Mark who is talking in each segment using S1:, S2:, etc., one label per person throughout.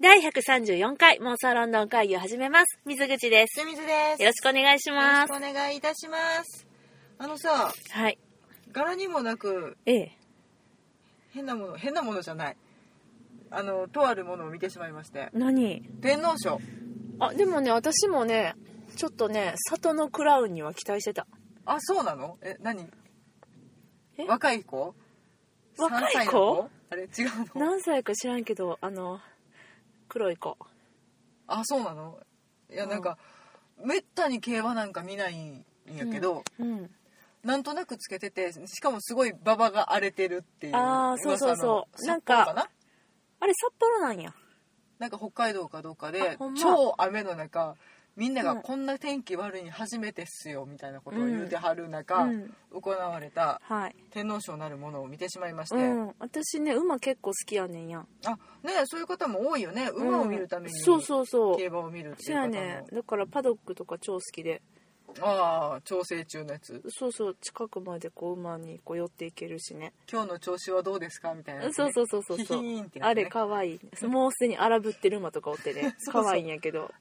S1: 第134回妄想ロンドン会議を始めます。水口です。
S2: すみずです。
S1: よろしくお願いします。
S2: よろしくお願いいたします。あのさ、
S1: はい。
S2: 柄にもなく
S1: ええ。
S2: 変なもの変なものじゃない。あのとあるものを見てしまいまして、
S1: 何
S2: 天皇賞。
S1: あ、でもね、私もね、ちょっとね、里のクラウンには期待してた。
S2: あ、そうなの？え、何
S1: え？
S2: 若い子？
S1: 若い子
S2: 3歳の子？あれ違うの？
S1: 何歳か知らんけど、あの、黒い子。
S2: あ、そうなの？いやなんか、めったに競馬なんか見ないんやけど、
S1: うん。
S2: なんとなくつけてて、しかもすごい馬場が荒れてるっていう噂の。
S1: あーそうそうそうなんか
S2: 札幌な
S1: あれ、札幌なんや。
S2: なんか北海道かどうか
S1: あ
S2: で
S1: ほんま
S2: 超雨の中みんな
S1: う
S2: が
S1: ん
S2: こんな天気悪いに初めてっすよみたいなことを言うてはる中、
S1: うん
S2: 行われた
S1: はい。
S2: 天皇賞なるものを見てしまいまして、
S1: うん。私ね、馬結構好きやねんやん。
S2: あねそういう方も多いよね馬を見るために、
S1: うんそうそうそう。
S2: 競馬を見るって
S1: そ
S2: いうう方
S1: や
S2: も、
S1: ねだからパドックとか超好きで
S2: ああ調整中のやつ
S1: そうそう近くまでこう馬にこう寄っていけるしね
S2: 今日の調子はどうですかみたいなやつね、
S1: そうそうそうそう
S2: ヒヒ
S1: そう、
S2: ーンってや
S1: あ
S2: つね
S1: れ可愛いもうすでに荒ぶってる馬とかおってね
S2: そうそう
S1: 可愛いんやけど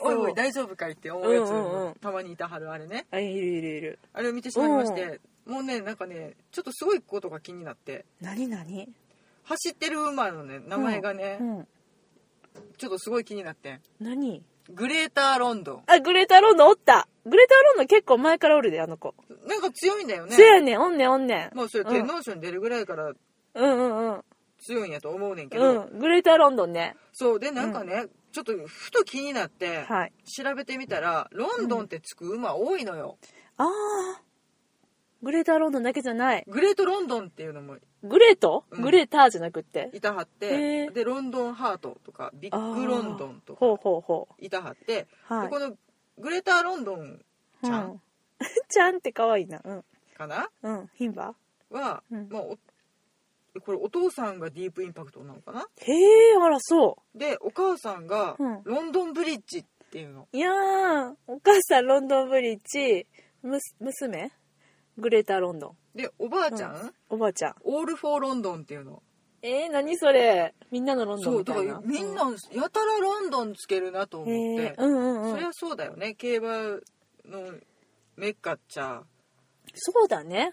S2: おいお
S1: そう
S2: い大丈夫かいって思うやつ、
S1: うんうんうん
S2: たまにいたはるあれね
S1: あいるいるいる
S2: あれを見てしまいまして、もうねなんかねちょっとすごいことが気になって
S1: 何何
S2: 走ってる馬のね名前がね、
S1: うん
S2: ちょっとすごい気になってん
S1: 何
S2: グレーターロンドン
S1: あグレーターロンドンおったグレーターロンドン結構前からおるであの子、
S2: なんか強いんだよね
S1: せやねんおんねんおんねん
S2: もうそれ天皇賞に出るぐらいか
S1: う
S2: ら
S1: んうんうん
S2: 強いんやと思うねんけ
S1: う
S2: ど、
S1: んグレーターロンドンね
S2: そうでなんかね、ちょっとふと気になって
S1: はい
S2: 調べてみたらロンドンってつく馬多いのよ、
S1: ああグレーターロンドンだけじゃない
S2: グレートロンドンっていうのも
S1: グレート、
S2: うん
S1: グレーターじゃなくって
S2: いたはっ
S1: へえ
S2: てでロンドンハートとかビッグロンドン
S1: あー
S2: とか
S1: ほうほうほ
S2: いたはって、
S1: うは
S2: で
S1: い
S2: このグレーターロンドンちゃ
S1: うん ん、ちゃんって可愛いなうん
S2: かな、
S1: うん牝馬
S2: は、
S1: うん
S2: まあ、おこれお父さんがディープインパクトなのかな
S1: へえあらそ
S2: でお母さんが
S1: うん
S2: ロンドンブリッジっていうの、
S1: ういやーお母さんロンドンブリッジむす娘グレーターロンドン
S2: でおばあちゃん、
S1: おばあちゃん
S2: オール・フォー・ロンドンっていうの
S1: えー、何それみんなのロンドン
S2: そう
S1: み
S2: だ
S1: た
S2: か
S1: い
S2: ら
S1: な
S2: みんなやたらロンドンつけるなと
S1: う
S2: 思
S1: ん
S2: って
S1: へ、ーうんうん
S2: そり
S1: うん
S2: ゃそうだよね競馬のメッカっちゃ
S1: そうだね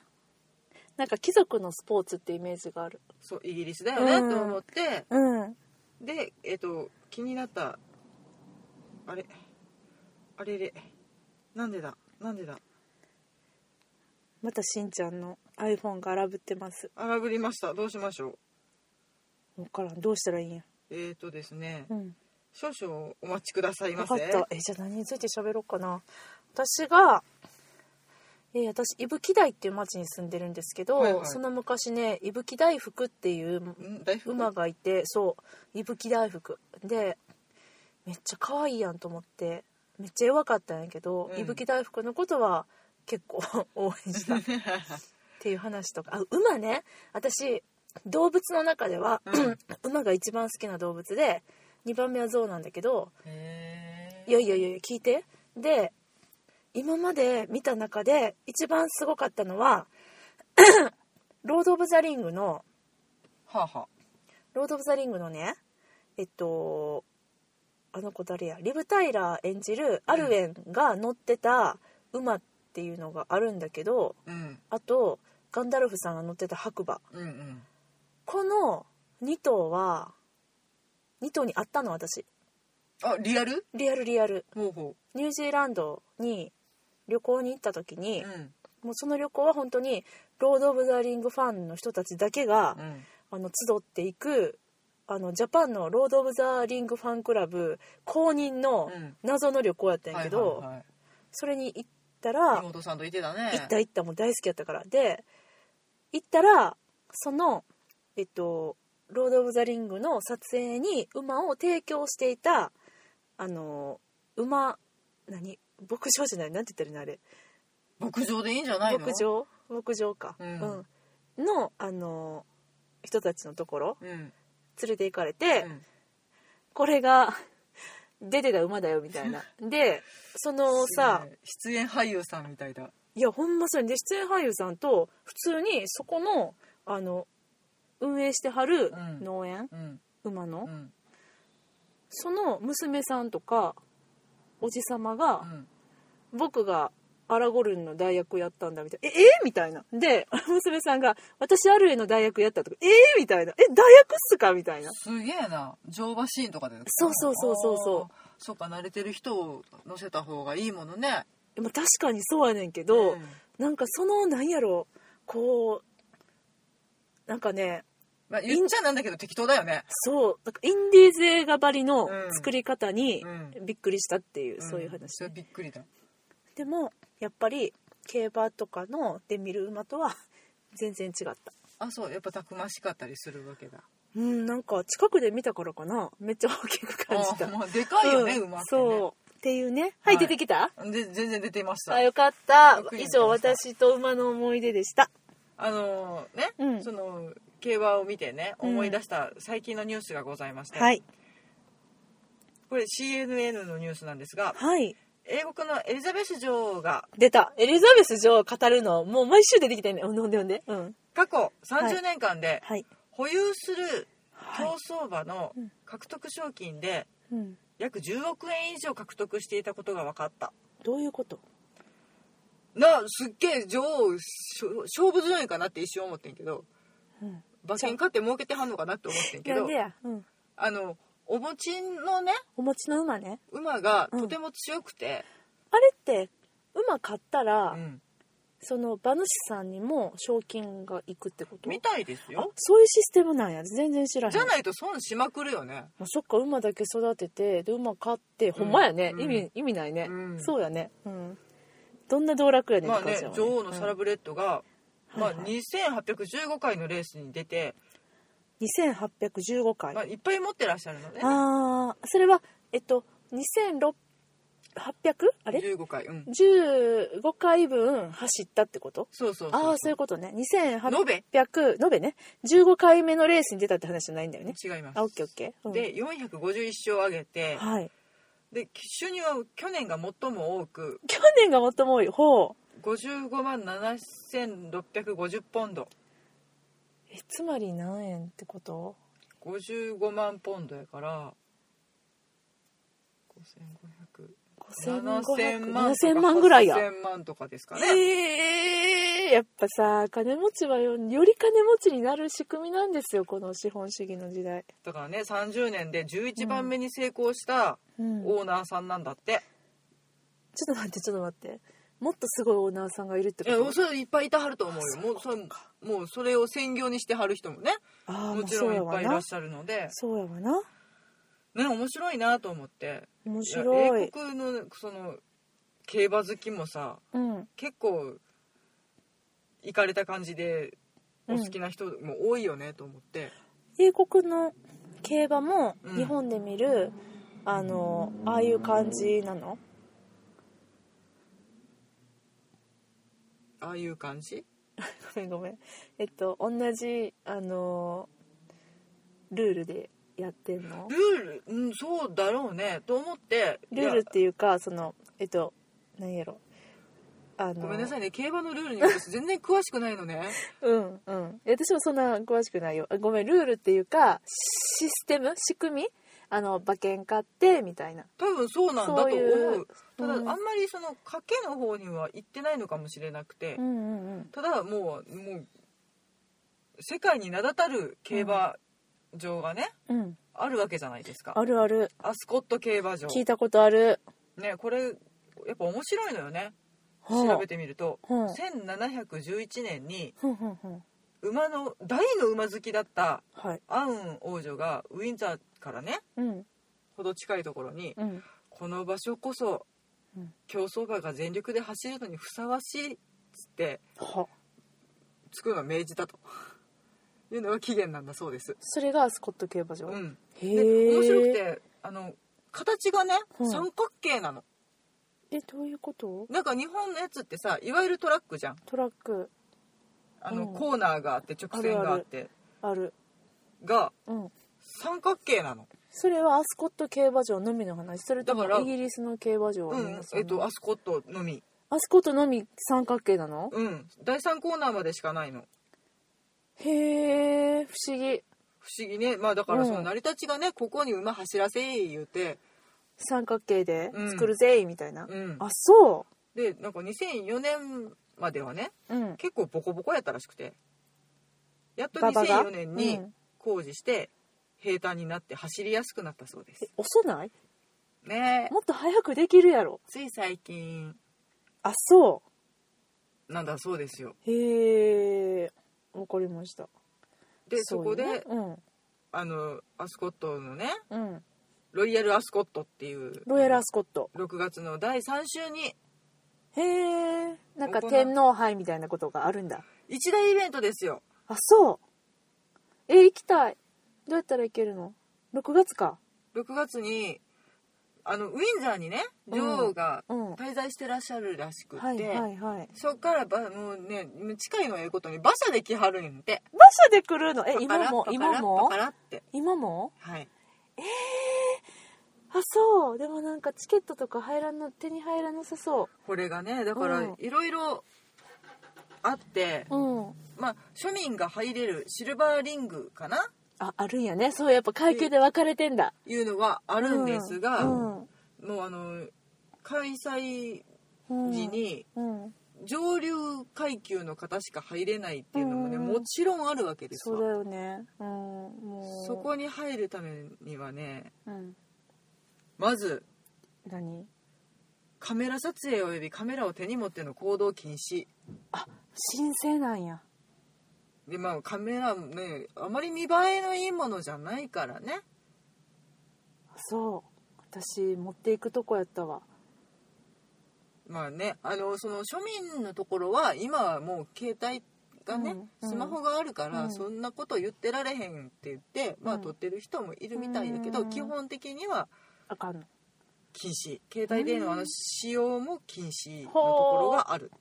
S1: なんか貴族のスポーツってイメージがある
S2: そうイギリスだよね、
S1: うん
S2: と思って
S1: うん
S2: でえっ、と気になったあれあれれなんでだなんでだ
S1: またしんちゃんの iPhone が荒ぶってます
S2: 荒ぶりましたどうしましょう
S1: 分からんどうしたらいいんや
S2: えー、とですね
S1: うん
S2: 少々お待ちくださいま
S1: 分か
S2: せ
S1: ったえじゃあ何について喋ろうかな私がえー私伊吹台っていう町に住んでるんですけど、
S2: はいはい
S1: その昔ね伊吹大福っていうん
S2: 大福
S1: 馬がいてそう伊吹大福でめっちゃ可愛いやんと思ってめっちゃ弱かったんやけど、
S2: うん
S1: 伊吹大福のことは結構 応援 したっていう話とかあ馬ね私動物の中では、
S2: うん
S1: 馬が一番好きな動物で2番目は象なんだけど
S2: へ
S1: いやいやいやいや聞いてで今まで見た中で一番すごかったのは ロード・オブ・ザ・リングの
S2: ーはあは
S1: ロード・オブ・ザ・リングのねえっとあの子誰やリブ・タイラー演じるアルウェンが乗ってた馬っていうのがあるんだけど
S2: あ、うん、
S1: あとガンダルフさんが乗ってた白馬
S2: うんうん
S1: この2頭は2頭にあったの私
S2: あリアル
S1: リアルリアル
S2: ほうほ
S1: ニュージーランドに旅行に行った時
S2: う
S1: に
S2: う、ん
S1: もうその旅行は本当にロード・オブ・ザ・リングファンの人たちだけが、
S2: うん
S1: あの集っていくあのジャパンのロード・オブ・ザ・リングファンクラブ公認の
S2: うん
S1: 謎の旅行やったんやけど、
S2: はいはいはい
S1: それに行ったら行
S2: 妹さんといてたね
S1: った行ったもう大好きやったからで行ったらそのえっとロード・オブ・ザ・リングの撮影に馬を提供していたあの馬何牧場じゃないなんて言ったらいいのあれ
S2: 牧場でいいんじゃないの
S1: 牧場牧場か、
S2: うん
S1: うんのあの人たちのところ
S2: うん、うん
S1: 連れて行かれて、これが 出てた馬だよみたい なでそのさ
S2: 出演俳優さんみたいだ
S1: いやほんまそれで出演俳優さんと普通にそこのあの運営してはる
S2: うん
S1: 農園、
S2: うん
S1: 馬
S2: う
S1: の
S2: ん
S1: その娘さんとかおじさまが、
S2: うん
S1: 僕がアラゴルンの代役やったんだみたいな「ええみたいなで 娘さんが「私アルエの代役やった」とか「ええみたいな「え代役っすか?」みたいな
S2: すげえな乗馬シーンとかで
S1: そうそうそうそうそう
S2: あーそうか慣れてる人を乗せた方がいいものね
S1: でも確かにそうやねんけど、
S2: うん
S1: なんかそのなんやろこうなんかね
S2: まあ、言っちゃなんだけど適当だよね
S1: そうなんかインディーズ映画ばりの
S2: うん
S1: 作り方に
S2: うん
S1: びっくりしたっていう、そういう話、
S2: んそれびっくりだ
S1: でもやっぱり競馬とかので見る馬とは全然違った
S2: あそうやっぱたくましかったりするわけ だ
S1: うんなんか近くで見たからかなめっちゃ大きく感じた
S2: あーまあでかいよね、
S1: うん
S2: 馬ってね
S1: そうっていうねはい、
S2: はい
S1: 出てきた
S2: で全然出ていました
S1: あよかった
S2: よく見
S1: 以
S2: て
S1: 上
S2: ました
S1: 私と馬の思い出でした
S2: あのね、
S1: うん
S2: その競馬を見てね
S1: うん
S2: 思い出した最近のニュースがございまして、
S1: はい
S2: これ CNN のニュースなんですが
S1: はい
S2: 英国のエリザベス女王が
S1: 出たエリザベス女王を語るのもう毎週出てきてねうんほんでほんでうん
S2: 過去30年間で
S1: はい
S2: 保有する
S1: は
S2: 競走馬の獲得賞金で
S1: い、うん、
S2: 約10億円以上獲得していたことが分かった
S1: どういうこと
S2: なすっげえ女王しょ勝負強いかなって一瞬思ってんけど
S1: うん
S2: 馬券買って儲けてはんのかなって思ってんけ
S1: なん
S2: ど
S1: でや、うん、
S2: あのお持ちのね
S1: お持ちの馬ね
S2: 馬が
S1: うん
S2: とても強くて、
S1: あれって馬買ったら、
S2: うん
S1: その馬主さんにも賞金がいくってこと
S2: みたいです
S1: あ
S2: よ
S1: そういうシステムなんや全然知らへん
S2: じゃないと損しまくるよね
S1: もうそっか馬だけ育ててで馬飼ってほんまやね、
S2: うん
S1: 意味意味ないね、
S2: うん
S1: そうやね、うん、どんな道楽やねん
S2: ま
S1: っ
S2: あ
S1: て感
S2: ね
S1: じやわ
S2: 女王のサラブレッドが、
S1: うん
S2: ま
S1: は
S2: あ、
S1: いはい
S2: 2815回のレースに出て、
S1: うん2815回、
S2: まあ、いっぱい持ってらっしゃるのね
S1: ああそれはえっと2600あれ
S2: 15回うん
S1: 15回分走ったってこと
S2: そうそうそう
S1: ああそういうことね2800
S2: 延べ
S1: 延べね15回目のレースに出たって話じゃないんだよね
S2: 違います
S1: あオッケーオッケー、うん、
S2: で451勝上げて
S1: はい
S2: で収入は去年が最も多く
S1: 去年が最も多いほう
S2: 55万7650ポンド
S1: えつまり何円ってこと
S2: 55万ポンドやから5500
S1: 5500
S2: 7000
S1: 7000万ぐらいや
S2: 8000万とかですかね、
S1: ええやっぱさ金持ちはよより金持ちになる仕組みなんですよこの資本主義の時代、
S2: だからね30年で11番目に成功した
S1: うん、ちょっ
S2: オーナーさんなんだって、
S1: と待ってちょっと待ってもっとすごいオーナーさんがいるってこ
S2: いや
S1: と
S2: それいっぱいいたはると思うよもうそれもうそれを専業にしてはる人もね
S1: ああ
S2: も
S1: も
S2: ち
S1: ちろ
S2: ろ
S1: ん
S2: ん
S1: い
S2: い
S1: っ
S2: っ
S1: ぱ
S2: ぱ
S1: い
S2: い
S1: い
S2: い
S1: ら
S2: ら
S1: っ
S2: っ
S1: し
S2: しゃるので
S1: ゃそうやわな
S2: ね面白いなと思って
S1: 面
S2: いや
S1: 白い
S2: 英国のその競馬好きもさ
S1: うん
S2: 結構行かれた感じでお好きな人も多いよねと思って、
S1: 英国の競馬も
S2: うん
S1: 日本で見る、あのああいう感じなの
S2: ああいう感じ
S1: ごめんごめんえっと同じあのルールでやってんの
S2: ルール、うん、そうだろうねと思って
S1: ルールっ
S2: い
S1: ていうかそのえっと何やろあ
S2: や
S1: の
S2: ごめんなさ
S1: い
S2: いね競馬のルールに 私全然詳しくないのね
S1: うんうんいや私もそんな詳しくないよあごめんルールっていうかシステム仕組みあの馬券買ってみたいな
S2: 多分そうなんだと思
S1: そ
S2: う
S1: ういう
S2: ただ、
S1: うん
S2: あんまりその賭けの方には行ってないのかもしれなくて、
S1: うんうんうん
S2: ただもうもう世界に名だたる競馬場がね、
S1: うん
S2: あるわけじゃないですか
S1: あるある
S2: アスコット競馬場
S1: 聞いたことある
S2: ねこれやっぱ面白いのよね
S1: ほう
S2: 調べてみると
S1: ほう
S2: 1711年に
S1: ふんふんふん
S2: 馬の大の馬好きだった
S1: はい
S2: アウン王女がウィンザーからね
S1: うん
S2: ほど近いところに
S1: うん
S2: この場所こそ
S1: うん
S2: 競走馬が全力で走るのにふさわしいっつって
S1: は
S2: 作るのを命じたというのが起源なんだそうです。
S1: それがスコット競馬場、
S2: うん、
S1: へ
S2: で
S1: え
S2: 面白くてあの形がね
S1: うん
S2: 三角形なの。
S1: えどういうこと
S2: なんか日本のやつってさいわゆるトラックじゃん
S1: トラック
S2: あの、
S1: うん
S2: コーナーがあって直線があって
S1: ある
S2: が
S1: うん
S2: 三角形なの
S1: それはアスコット競馬場のみの話それとも
S2: だから
S1: イギリスの競馬場
S2: う
S1: の
S2: ん
S1: 話
S2: えっとアスコットのみ
S1: アスコットのみ三角形なの
S2: うん第3コーナーまでしかないの
S1: へえ不思議
S2: 不思議ねまあだからそうの
S1: ん
S2: 成り立ちがねここに馬走らせい言うて、
S1: 三角形で作るぜ、みたいな、
S2: うん、
S1: あそ
S2: でなんか2004年まではね
S1: ううん
S2: 結構ボコボコやったらしくてやっと
S1: 馬場が
S2: 2004年に
S1: うん
S2: 工事して平坦になって走りやすくなったそうです
S1: え遅ない
S2: ねえ
S1: もっと早くできるやろ
S2: つい最近
S1: あそ
S2: なんだそうですよ
S1: うへえわかりました
S2: で
S1: う
S2: そ
S1: いう
S2: こで、
S1: ねうん
S2: あのアスコットのね
S1: うん
S2: ロイヤルアスコットっていう
S1: ロイヤルアスコット
S2: 6月の第3週に
S1: へえなんか天皇杯みたいなことがあるんだ
S2: 一大イベントですよ
S1: あそうえ行きたいどうやったら行けるの6月か
S2: 6月にあのウィンザーにね女王が
S1: うんは
S2: 滞在してらっしゃるらしく
S1: い
S2: て、
S1: はいはい
S2: そっからばもうね近いのええことに馬車で来はるんで
S1: 馬車で来るのえ
S2: パカ
S1: 今
S2: ラ
S1: も
S2: パカラ
S1: 今も
S2: パカラって
S1: 今も
S2: はい
S1: あそうでもなんかチケットとか入らんの手に入らなさそ
S2: これがねだから
S1: うん
S2: いろいろあって、
S1: ううん
S2: まあ庶民が入れるシルバーリングかな
S1: ああるんやねそうやっぱ階級で分かれてんだ
S2: いうのがあ
S1: あ
S2: るんですが、
S1: うん
S2: もうあの開催
S1: うん
S2: 時に
S1: うん
S2: 上流階級の方しか入れないっていうのもね、
S1: うん
S2: もちろんあるわけです
S1: そう
S2: わ
S1: だよねうんもう
S2: そこに入るためにはね
S1: うん
S2: まず
S1: 何
S2: カメラ撮影およびカメラを手に持っての行動禁止
S1: 申請なんや
S2: でまあカメラもねあまり見栄えのいいものじゃないからね
S1: そう私持っていくとこやったわ
S2: まあねあのその庶民のところは今はもう携帯がね、
S1: うん
S2: スマホがあるか
S1: う
S2: ら
S1: ん
S2: そんなこと言ってられへんって言って、ま
S1: う
S2: あ
S1: ん
S2: 撮ってる人もいるみたいだけど、
S1: うん
S2: 基本的には
S1: あかんの
S2: 禁止携帯電話の使用も禁止のと
S1: ほう
S2: ころがある、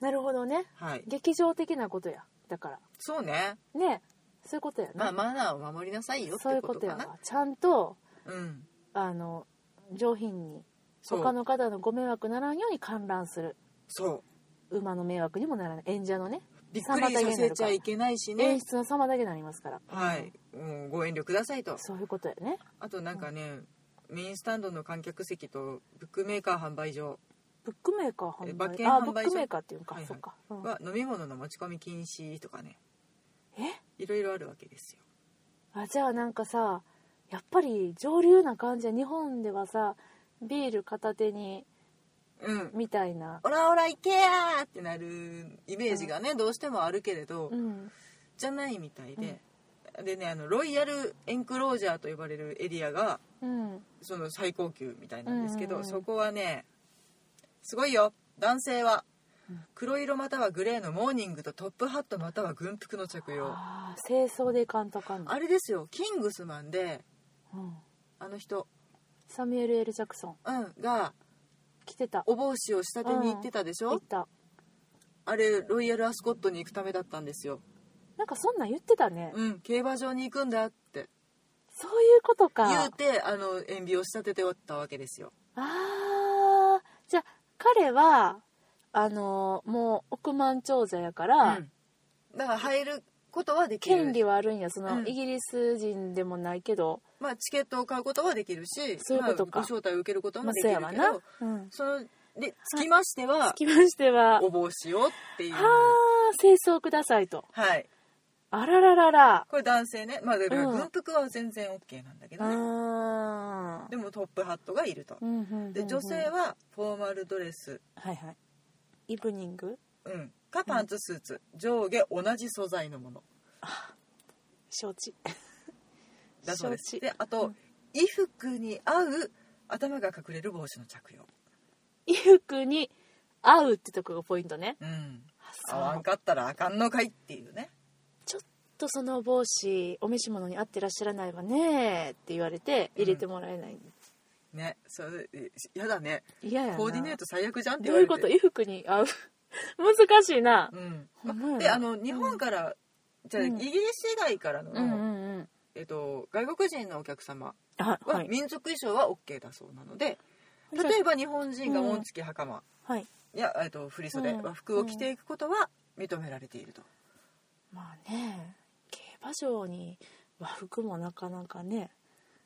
S1: なるほどね
S2: はい
S1: 劇場的なことやだから
S2: そうね
S1: ねそういうことや
S2: ま
S1: な、
S2: あマナーを守りなさいよって
S1: そういう
S2: こ
S1: こととや
S2: かな
S1: わちゃんと
S2: うん
S1: あの上品に
S2: そう
S1: 他の方のご迷惑ならんように観覧する
S2: そう
S1: 馬の迷惑にもならない演者のね
S2: びっくりさせちゃいけないしね
S1: 演出の様だけになりますから
S2: はい、もうご遠慮くださいと
S1: そういうことやね
S2: あとなんかね、メインスタンドの観客席とブックメーカー販売所
S1: ブックメーカー
S2: え
S1: 販
S2: 馬
S1: 売
S2: 券
S1: あ
S2: 販
S1: ブ
S2: 売
S1: ッ
S2: 所
S1: クメーカーっていうんか、
S2: はいはい
S1: そっか、うん
S2: は飲み物の持ち込み禁止とかね
S1: え
S2: いろいろあるわけですよ
S1: あじゃあなんかさやっぱり上流な感じで日本ではさビール片手に
S2: うん
S1: みたいな
S2: オラオラ行けやーってなるイメージがね、どうしてもあるけれど、
S1: うん
S2: じゃないみたいで、でねあのロイヤルエンクロージャーと呼ばれるエリアが
S1: うん
S2: その最高級みたいなんですけど、
S1: うんうんうん
S2: そこはねすごいよ男性は
S1: うん
S2: 黒色またはグレーのモーニングとトップハットまたは軍服の着用
S1: ああ清掃でいかんとあかんの
S2: あれですよキングスマンで
S1: うん、
S2: あの人、
S1: サミュエル・エル・ジャクソン
S2: うん、が
S1: 来てた
S2: お帽子を下手に行ってたでしょ、
S1: 行った
S2: あれロイヤルアスコットに行くためだったんですよ、
S1: なんかそんなん言ってたね、
S2: うん、競馬場に行くんだって
S1: そういうことか
S2: 言うてあの塩ビを仕立てておったわけですよ
S1: ああじゃあ彼はあのーもう億万長者やから、
S2: うんだから入ることはできる
S1: 権利はあるんやその、
S2: うん
S1: イギリス人でもないけど
S2: まあ、チケットを買うことはできるし
S1: そういうことか
S2: まあ、ご招待を受けること
S1: ま
S2: も
S1: あ
S2: でき
S1: そう
S2: る
S1: や
S2: けど、
S1: わな、うん、
S2: そのでつきましては
S1: つきましては
S2: お帽子をっていう
S1: はあ清掃くださいと
S2: はい
S1: あらららら
S2: これ男性ねまあだから
S1: うん
S2: 軍服は全然 OK なんだけ
S1: う
S2: どね、
S1: ん
S2: でもトップハットがいると、
S1: うんうんうん
S2: で女性はフォーマルドレス、
S1: はいはいイブニング
S2: うん、かパンツスーツ、上下同じ素材のもの
S1: 承知
S2: だそうです
S1: 承知
S2: であと、
S1: うん
S2: 衣服に合う頭が隠れる帽子の着用
S1: 衣服に合うってとこがポイントね
S2: うん
S1: そう
S2: 合わんかったらあかんのかいっていうね
S1: ちょっとその帽子お召し物に合ってらっしゃらないわねって言われて入れてもらえない
S2: ねそれえやだね
S1: 嫌やな
S2: コーディネート最悪じゃんって
S1: ど
S2: 言
S1: う
S2: わ
S1: い
S2: れ
S1: う
S2: て
S1: こと衣服に合う 難しいな
S2: うん
S1: ほんまや
S2: ま、
S1: な
S2: であの日本から、じゃあ
S1: う
S2: イ
S1: ん
S2: ギリス以外からの、
S1: うんうんうん
S2: えっと、外国人のお客様
S1: あは
S2: はい民族衣装は OK だそうなので、
S1: じゃ
S2: 例えば日本人が紋付き袴、
S1: あはい
S2: いや、えっと、振袖、
S1: うん
S2: 和服を着ていくことは認められていると、
S1: まあね競馬場にまあ、服もなかなかね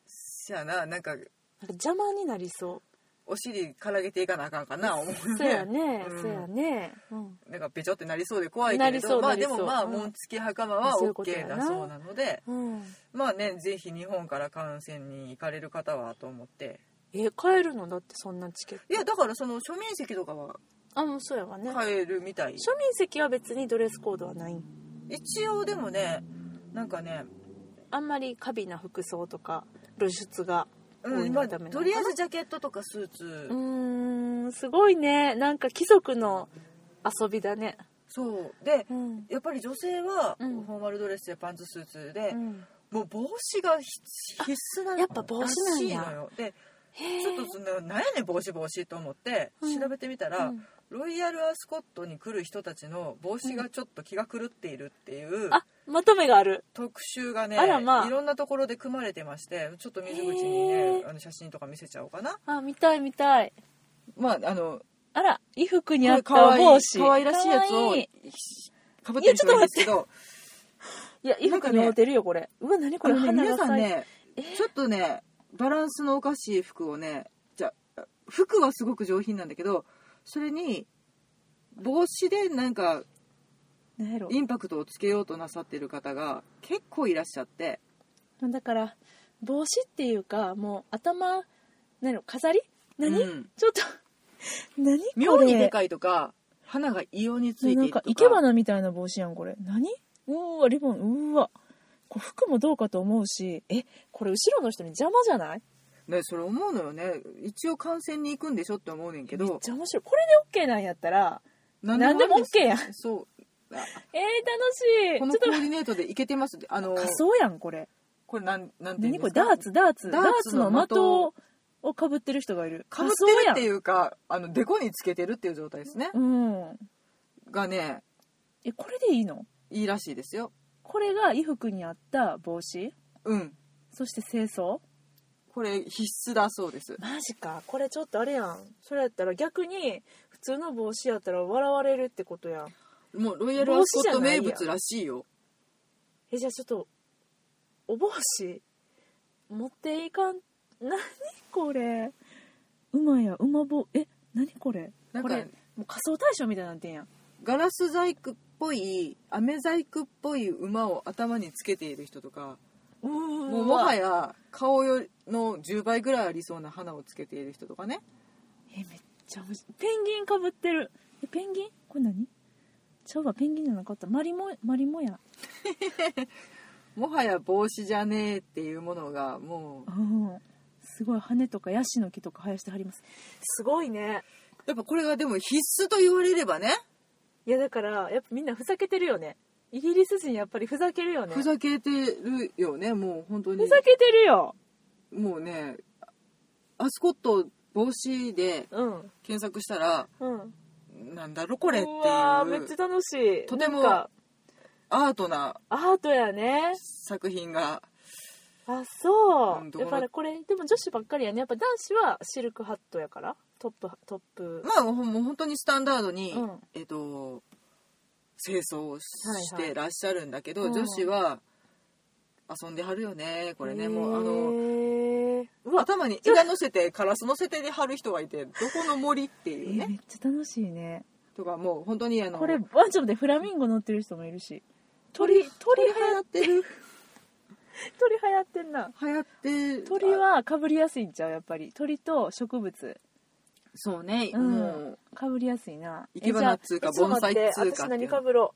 S2: そやななん
S1: な
S2: か
S1: んか邪魔になりそ
S2: お尻からげていかなあかんかな思う
S1: うそうやね、
S2: うん
S1: そうやね、うん、
S2: なんかべちょってなりそうで怖い
S1: な
S2: けれ
S1: りそ
S2: ど
S1: う
S2: ま
S1: な
S2: あ
S1: り
S2: で
S1: そう
S2: もまあ
S1: うん
S2: 紋付き袴は
S1: そういうことや
S2: OK
S1: な
S2: だそうなので
S1: うん、
S2: まあねぜひ日本から観戦に行かれる方はと思って
S1: え買えるのだってそんなチケット
S2: いやだからその書面席とかは
S1: あもうそうやわね、
S2: 買えるみたい
S1: 庶民席は別にドレスコードはないん
S2: 一応でもねなんかね、
S1: あんまり過敏な服装とか露出が
S2: う
S1: 多い
S2: ん
S1: の
S2: ま
S1: がダ
S2: あ、
S1: メなのかな
S2: とりあえずジャケットとかスーツ
S1: うーんすごいねなんか貴族の遊びだね
S2: そうで
S1: うん、
S2: やっぱり女性はフ
S1: うん
S2: ォーマルドレスやパンツスーツで、もう帽子が必必須な
S1: やっぱ帽子なんや
S2: らしいのよで
S1: へえ
S2: ちょっとそのなんやねん帽子帽子と思って
S1: うん
S2: 調べてみたら、
S1: うん
S2: ロイヤルアスコットに来る人たちの帽子がちょっと気が狂っているっていう
S1: あまとめがある
S2: 特集がね、
S1: あらまあ
S2: いろんなところで組まれてましてちょっと水口に
S1: へ
S2: ね
S1: ー
S2: あの写真とか見せちゃおうかな。
S1: あ見たい見たい
S2: まああの
S1: あら衣服に合っ
S2: かわ
S1: た
S2: い
S1: 帽子
S2: い可愛らしいやつ
S1: かわ
S2: を
S1: いい
S2: かぶってる人がいるんですけど
S1: いや衣服に合うてるよこれうわ何こ
S2: これ
S1: れ
S2: ね
S1: 花
S2: 皆
S1: が
S2: さん
S1: 咲いて
S2: ねちょっとねバランスのおかしい服をねじゃ服はすごく上品なんだけどそれに帽子でなんか
S1: 何やろ
S2: インパクトをつけようとなさってる方が結構いらっしゃって
S1: だから帽子っていうかもう頭何やろ飾り何、
S2: うん
S1: ちょっと何これ
S2: 妙にでかいとか花が異様についてい
S1: な
S2: る
S1: ん
S2: とか
S1: か生け花みたいな帽子やんこれ何うーわリボンうーわこれ服もどうかと思うしえこれ後ろの人に邪魔じゃない
S2: ね、それ思うのよね一応観戦に行くんでしょって思うねんけ
S1: めっ
S2: ど
S1: ちゃ面白いこれで OK なんやったら
S2: 何
S1: なんでも
S2: ありす
S1: OK やん
S2: そう
S1: え
S2: あ
S1: ー、楽
S2: この
S1: しい
S2: コ
S1: ちょ
S2: ー
S1: っ
S2: ディネートでいけてますあの
S1: と仮装やんこれ
S2: これなんなんてい
S1: 何
S2: うんですか
S1: これダーツダーツダ
S2: ダ
S1: ー
S2: ー
S1: ツ
S2: ツ
S1: の
S2: の
S1: 的
S2: 的
S1: をかぶってる人がいる
S2: かぶってるって
S1: 仮装
S2: いうかあのデコにつけてるっていう状態ですね
S1: や、んうん
S2: がね
S1: えこれでいいの
S2: いいらしいですよ
S1: これが衣服に合った帽子
S2: うん
S1: そして清掃
S2: これ必須だそうです
S1: マジかこれちょっとあれやんそれやったら逆に普通の帽子やったら笑われるってことやん
S2: もうロイヤルアスコット名物らしいよ
S1: えじゃあちょっとお帽子持っていかん何これ馬や馬帽え何これ
S2: なん
S1: こ
S2: か
S1: れもう仮装大賞みたいになってんやん
S2: ガラス細工っぽい飴細工っぽい馬を頭につけている人とか
S1: うーん
S2: もうもはや顔よりの10倍ぐらいありそうな花をつけている人とかね
S1: えめっちゃ面白いペンギンかぶってるえペンギンこれ何ちゃうわペンギンじゃなかったマリモマリモや
S2: もはや帽子じゃねえっていうものがもう
S1: うんすごい羽とかヤシの木とか生やしてはりますすごいね
S2: やっぱこれがでも必須と言われればね
S1: いやだからやっぱみんなふざけてるよねイギリス人やっぱりふざけるよね
S2: ふざけてるよねもう本当に
S1: ふざけてるよ
S2: もうねアスコット帽子で
S1: うん
S2: 検索したら
S1: うん
S2: なんだろこれっていう
S1: わーめっちゃ
S2: う
S1: 楽しい
S2: とて
S1: な
S2: も
S1: んか
S2: アートな
S1: アートやね
S2: 作品が
S1: あそう、
S2: うんどこ
S1: やっ
S2: の
S1: ぱりこれでも女子ばっかりやねやっぱ男子はシルクハットやからトップトップ
S2: まあほんもう本当にスタンダードに、
S1: うん
S2: えっと清掃をし
S1: はいはい
S2: てらっしゃるんだけど、
S1: うん
S2: 女子は遊んではるよねこれねもうあの
S1: のうわ
S2: 頭に枝乗せてカラス乗せてで貼る人がいてどこの森って
S1: え
S2: いう
S1: ーめ
S2: ね
S1: っちゃ楽しいね
S2: とかもう本当にあの
S1: これワンちゃんでフラミンゴ乗ってる人もいるし鳥鳥
S2: 流
S1: 流
S2: 行
S1: 行
S2: ってる
S1: 鳥流行ってんな
S2: 流行ってる
S1: 鳥はかぶりやすいんちゃうやっぱり鳥と植物
S2: そうね、
S1: うん
S2: もう
S1: かぶりやすいな
S2: 生け花っつうか
S1: えじゃあ
S2: 盆栽っつうかっていう
S1: えちょっと待って私何かぶろ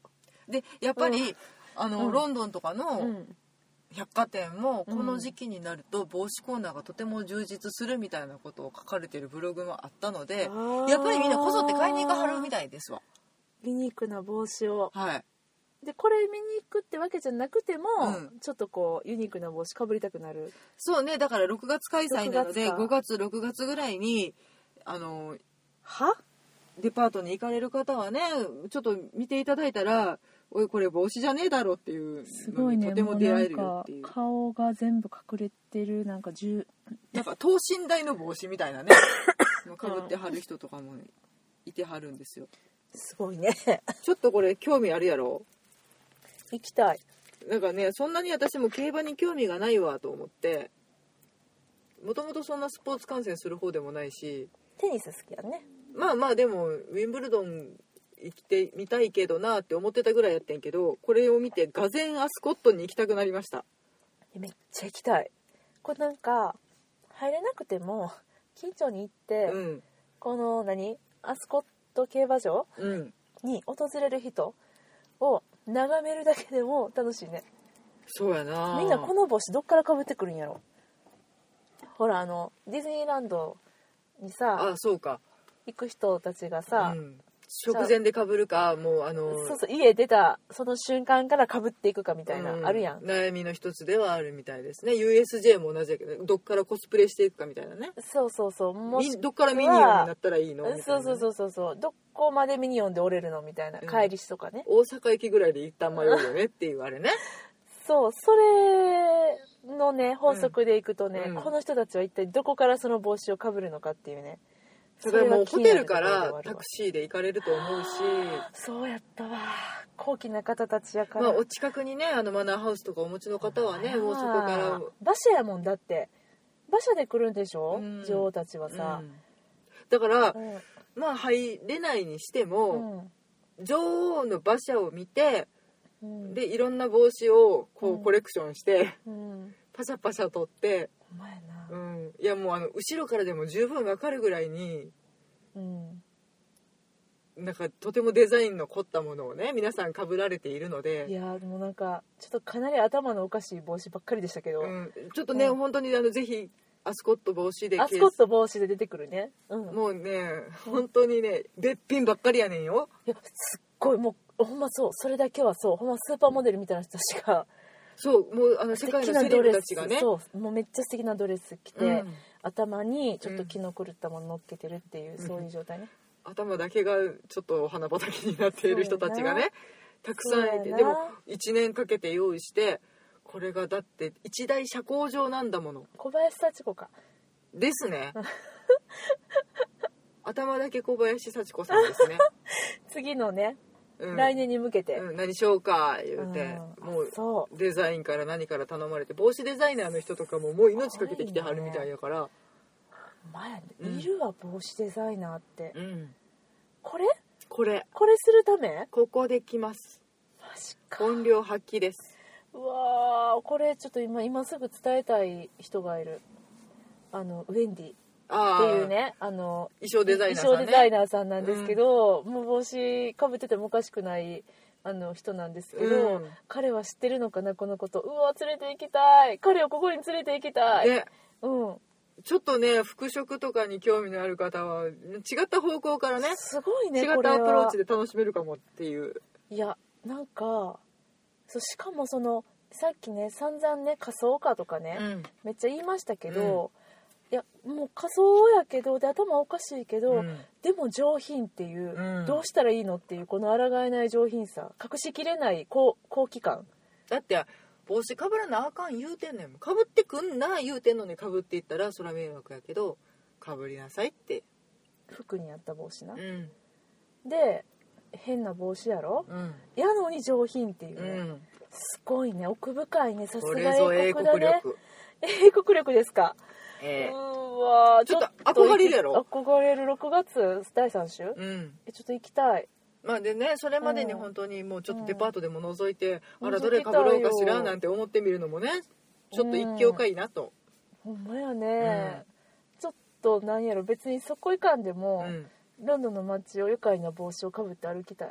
S2: でやっぱり、
S1: う
S2: あの、
S1: うん
S2: ロンドンとか
S1: う、う
S2: の
S1: ん、
S2: 百貨店も
S1: うん
S2: この時期になると帽子コーナーがとても充実するみたいなことを書かれてるブログもあったのでやっぱりみんなこぞって買いに行かはるみ
S1: い
S2: たいですわ
S1: ユニークな帽子を
S2: はい
S1: でこれ見に行くってわけじゃなくても、
S2: うん
S1: ちょっとこうユニークな帽子かぶりたくなる
S2: そうねだから6月開催なので
S1: 6
S2: 5月6月ぐらいにあの
S1: は
S2: デパートに行かれる方はねちょっと見ていただいたら「おいこれ帽子じゃねえだろ」っていう
S1: すご
S2: の
S1: い
S2: に
S1: ね
S2: とて
S1: も
S2: も
S1: う
S2: 出
S1: な
S2: 会え
S1: ん
S2: るよ
S1: か
S2: っていう
S1: 顔が全部隠れてるなんか十
S2: なんか等身大の帽子みたいな ねかぶってはる人とかもいてはるんですよ
S1: すごいね
S2: ちょっとこれ興味あるやろ
S1: 行きたい
S2: なんかねそんなに私も競馬に興味がないわと思ってもともとそんなスポーツ観戦する方でもないし
S1: テニス好きやね
S2: まあまあでもウィンブルドン行ってみたいけどなって思ってたぐらいやってんけどこれを見てがぜんアスコットに行きたくなりました
S1: めっちゃ行きたいこれなんか入れなくても近所に行って、
S2: うん
S1: この何アスコット競馬場
S2: うん
S1: に訪れる人を眺めるだけでも楽しいね
S2: そうやな
S1: みんなこの帽子どっからかぶってくるんやろほらあのディズニーランドにさ
S2: あそうか
S1: 行く人たちがさ、
S2: うん、直前でかぶるかもうあの
S1: そうそう家出たその瞬間からかぶっていくかみたいな、
S2: う
S1: あるやん
S2: 悩みの一つではあるみたいですね USJ も同じやけどどっからコスプレしていくかみたいなね
S1: そうそうそうもし
S2: みどっからミニオンになったらいいのみたいな
S1: そうそうそうそうそうどこまでミニオンで折れるのみたいな、
S2: うん
S1: 帰りしとかね
S2: 大阪駅ぐらいで一旦迷うよねっていうあれね
S1: そうそれのね法則でいくとね、
S2: うん
S1: この人たちは一体どこからその帽子をかぶるのかっていうね
S2: だからもう
S1: そ
S2: ホ
S1: れが気に
S2: テ
S1: なる
S2: ル
S1: とこ
S2: か
S1: ろではある
S2: ら
S1: わ
S2: タクシーで行かれると思うし
S1: そうやったわ高貴な方たちやから、
S2: まあお近くにねあのマナーハウスとかお持ちの方はねもうそこから
S1: 馬車やもんだって馬車で来るんでしょ、
S2: うん
S1: 女王たちはさ
S2: う、んだから
S1: うん
S2: まあ入れないにして
S1: う
S2: も、
S1: ん
S2: 女王の馬車を見て
S1: うん
S2: でいろんな帽子をこ
S1: う
S2: うんコレクションして、
S1: うん
S2: パシャパシャ取って、
S1: お前な
S2: うん、いやもうあの後ろからでも十分わかるぐらいに
S1: うん
S2: なんかとてもデザインの凝ったものをね皆さんかぶられているの
S1: い
S2: で、
S1: やーもうなんかちょっとかなり頭のおかしい帽子ばっかりでしたけど、
S2: うん、ちょっとね、
S1: うん
S2: 本当にあのぜひアスコット帽子で
S1: アスコット帽子で出てくるね、うん、
S2: もうね本当にねべっぴんばっかりやねんよ
S1: いやすっごいもうほんまそうそれだけはそうほんまスーパーモデルみたいな人たちが
S2: そうもうあの世
S1: 素
S2: 界
S1: 敵
S2: の
S1: な
S2: セ
S1: ド
S2: レブ
S1: レ
S2: た
S1: ス
S2: ちがね
S1: そうもうめっちゃ素敵なドレス着て、
S2: うん
S1: 頭にちょっと気の狂ったもの乗っけてるっていう、そういう状態ね
S2: 頭だけがちょっとお花畑になっている人たちが
S1: そうや
S2: ねたくさんい
S1: そう
S2: て
S1: やな
S2: でも1年かけて用意してこれがだって一大社交場なんだもの
S1: 小林幸子か
S2: です ね頭だけ小林幸子さんですね、
S1: 次のね、
S2: うん、
S1: 来年に向けて、
S2: うん、何しようか言うて、
S1: うん
S2: もう
S1: そ
S2: デザインから何から頼まれて帽子デザイナーの人とかももう命かけてきてはるみたいやから、
S1: う前、
S2: うん
S1: いるわ帽子デザイナーって、
S2: うん、
S1: これ
S2: これ
S1: これするため
S2: ここできます
S1: マジか
S2: 音量発揮です
S1: うわーこれちょっと今今すぐ伝えたい人がいるあのウェンディっ
S2: あ
S1: て
S2: あ
S1: いうねあの
S2: 衣装デザイナー
S1: 衣装
S2: さん
S1: デザイ
S2: ね
S1: ナーさんなんですけど、もう帽子かぶっててもおかしくないあの人なんですけど、
S2: うん
S1: 彼は知ってるのかなこのことうわ連れて行きたい彼をここに連れて行きたい、
S2: で
S1: うん
S2: ちょっとね服飾とかに興味のある方は違った方向からね
S1: すごいね
S2: 違
S1: こ
S2: っ
S1: れ
S2: た
S1: は
S2: アプローチで楽しめるかもっていう
S1: いやなんかそうしかもそのさっきね散々ね仮想化とかね、
S2: うん
S1: めっちゃ言いましたけど、いやもう仮想やけどで頭おかしいけど、
S2: うん
S1: でも上品っていう、
S2: うん
S1: どうしたらいいのっていうこの抗えない上品さ隠しきれない高高貴感
S2: だって帽子かぶらなあかん言うてんねんかぶってくんな言うてんのにかぶっていったらそら迷惑やけどかぶりなさいって
S1: 服にあった帽子な、
S2: うん
S1: で変な帽子やろ
S2: うん
S1: やのに上品っていう
S2: う
S1: ね、
S2: ん
S1: すごいね奥深いねさす
S2: こ
S1: が
S2: れぞ英
S1: 英
S2: 国
S1: 国だね
S2: 力
S1: 英国力ですか、
S2: ええ
S1: うーわー
S2: ちょっと憧れるやろ
S1: ちょっと憧れる6月第3週、
S2: うん
S1: えちょっと行きたい
S2: まあでねそれまでに
S1: うん
S2: 本当にもうちょっとデパートでも覗いて、
S1: うん
S2: あら
S1: 覗き
S2: どれかぶろうかし
S1: たい
S2: ら
S1: よ
S2: なんて思ってみるのもねちょっと一興かいなと、
S1: ほんまやね、ちょっとなんやろ別にそこいかんで
S2: う
S1: も、
S2: ん
S1: ロンドンの街を愉快な帽子をかぶって歩きたい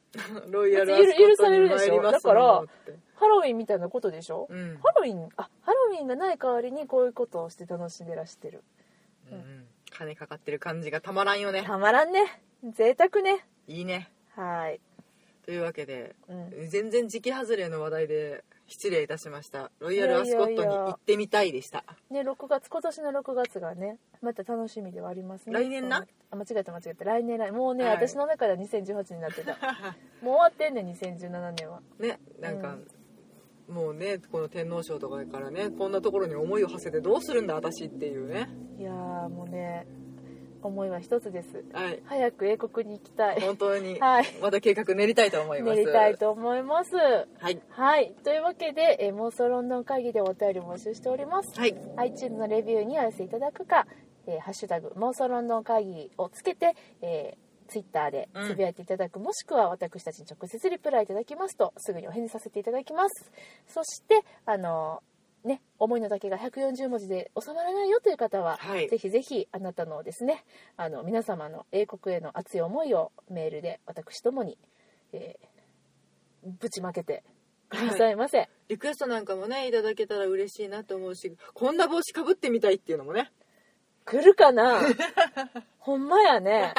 S2: ロイヤルアスコットに参りますもんって
S1: ハロウィンみたいなことでしょ、
S2: うん
S1: ハロウィンあハロウィンがない代わりにこういうことをして楽しんでらしてる
S2: うん金かかってる感じがたまらんよね
S1: たまらんね贅沢ね
S2: いいね
S1: はい、
S2: というわけで
S1: うん、
S2: 全然時期外れの話題で失礼いたしましたロイヤルアスコットに行ってみたいでした
S1: ね6月今年の6月がねまた楽しみではありますね
S2: 来年な
S1: あ間違えた間違えた来年来もうね、
S2: はい
S1: 私の中では2018にな ってたもう終わってんね2017年は
S2: ねなんか、もうねこの天皇賞とかからねこんなところに思いを馳せてどうするんだ私っていうね
S1: いやーもうね思いは一つです
S2: はい
S1: 早く英国に行きたい
S2: 本当に
S1: はい
S2: まだ計画練りたいと思いま
S1: 練
S2: す
S1: りたいと思います
S2: はい
S1: はいというわけで、えー、妄想ロンドン会議でお便り募集しております
S2: はい
S1: iTunes のレビューにお寄せいただくか「えーハッシュタグ妄想ロンドン会議」をつけて、えー、Twitter でつぶやいていただく、もしくは私たちに直接リプライいただきますとすぐにお返事させていただきますそしてあのーね思いの丈が140文字で収まらないよという方は、
S2: はい
S1: ぜひぜひあなたのですねあの皆様の英国への熱い思いをメールで私どもに、えーぶちまけてくださいませ、
S2: リクエストなんかもねいただけたら嬉しいなと思うしこんな帽子かぶってみたいっていうのもね
S1: 来るか なほんまやね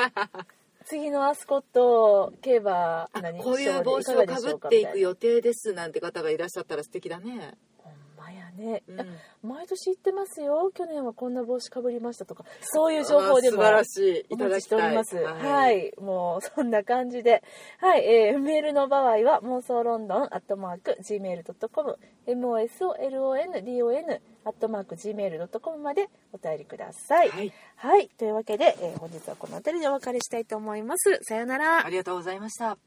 S1: 次のアスコット競馬
S2: あ
S1: 何
S2: こういう帽子をかぶっていく予定ですなんて方がいらっしゃったら素敵だね、
S1: ほんまやね、
S2: う
S1: あ
S2: ん
S1: 毎年言ってますよ去年はこんな帽子かぶりましたとかそういう情報でも
S2: あー素晴らしい
S1: お
S2: いた
S1: 待ち
S2: だき
S1: してお
S2: た
S1: り
S2: い
S1: ますはい、もうそんな感じではい、えーメールの場合は妄想ロンドンアットマーク Gmail.com MOSOLONDON アットマーク Gmail.com までお便りください
S2: はい、
S1: はい、というわけで、えー本日はこの辺りでお別れしたいと思います。さようなら
S2: あ。りがとうございました